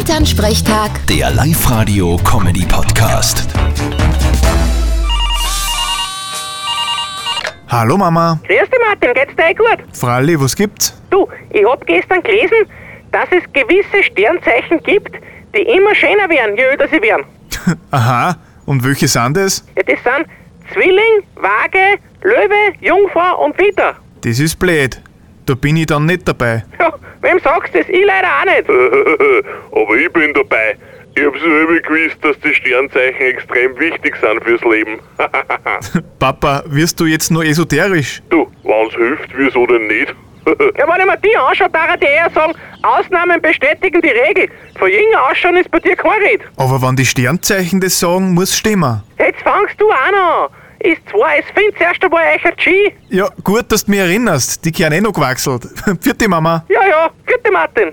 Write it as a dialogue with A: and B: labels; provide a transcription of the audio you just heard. A: Elternsprechtag,
B: Der Live-Radio-Comedy-Podcast.
C: Hallo Mama.
D: Grüß dich Martin, geht's dir eh gut?
C: Fralli, was gibt's?
D: Du, ich hab gestern gelesen, dass es gewisse Sternzeichen gibt, die immer schöner werden, je älter sie werden.
C: Aha, und welche sind es?
D: Ja, das sind Zwilling, Waage, Löwe, Jungfrau und Witter.
C: Das ist blöd. Da bin ich dann nicht dabei.
D: Ja, wem sagst du das? Ich leider auch nicht.
E: Aber ich bin dabei. Ich hab's übel gewusst, dass die Sternzeichen extrem wichtig sind fürs Leben.
C: Papa, wirst du jetzt nur esoterisch?
E: du, wenn's hilft, wieso denn nicht?
D: Ja, wenn ich mir die anschaue, darf ich dir eher sagen, Ausnahmen bestätigen die Regel. Von jünger ausschauen ist bei dir kein Red.
C: Aber wenn die Sternzeichen das sagen, muss stimmen.
D: Jetzt fangst du an an. Ist zwar, es findet erst einmal euch ein G.
C: Ja, gut, dass du mich erinnerst. Die kehren eh noch gewachselt. Vierte Mama.
D: Ja, ja, gute Martin.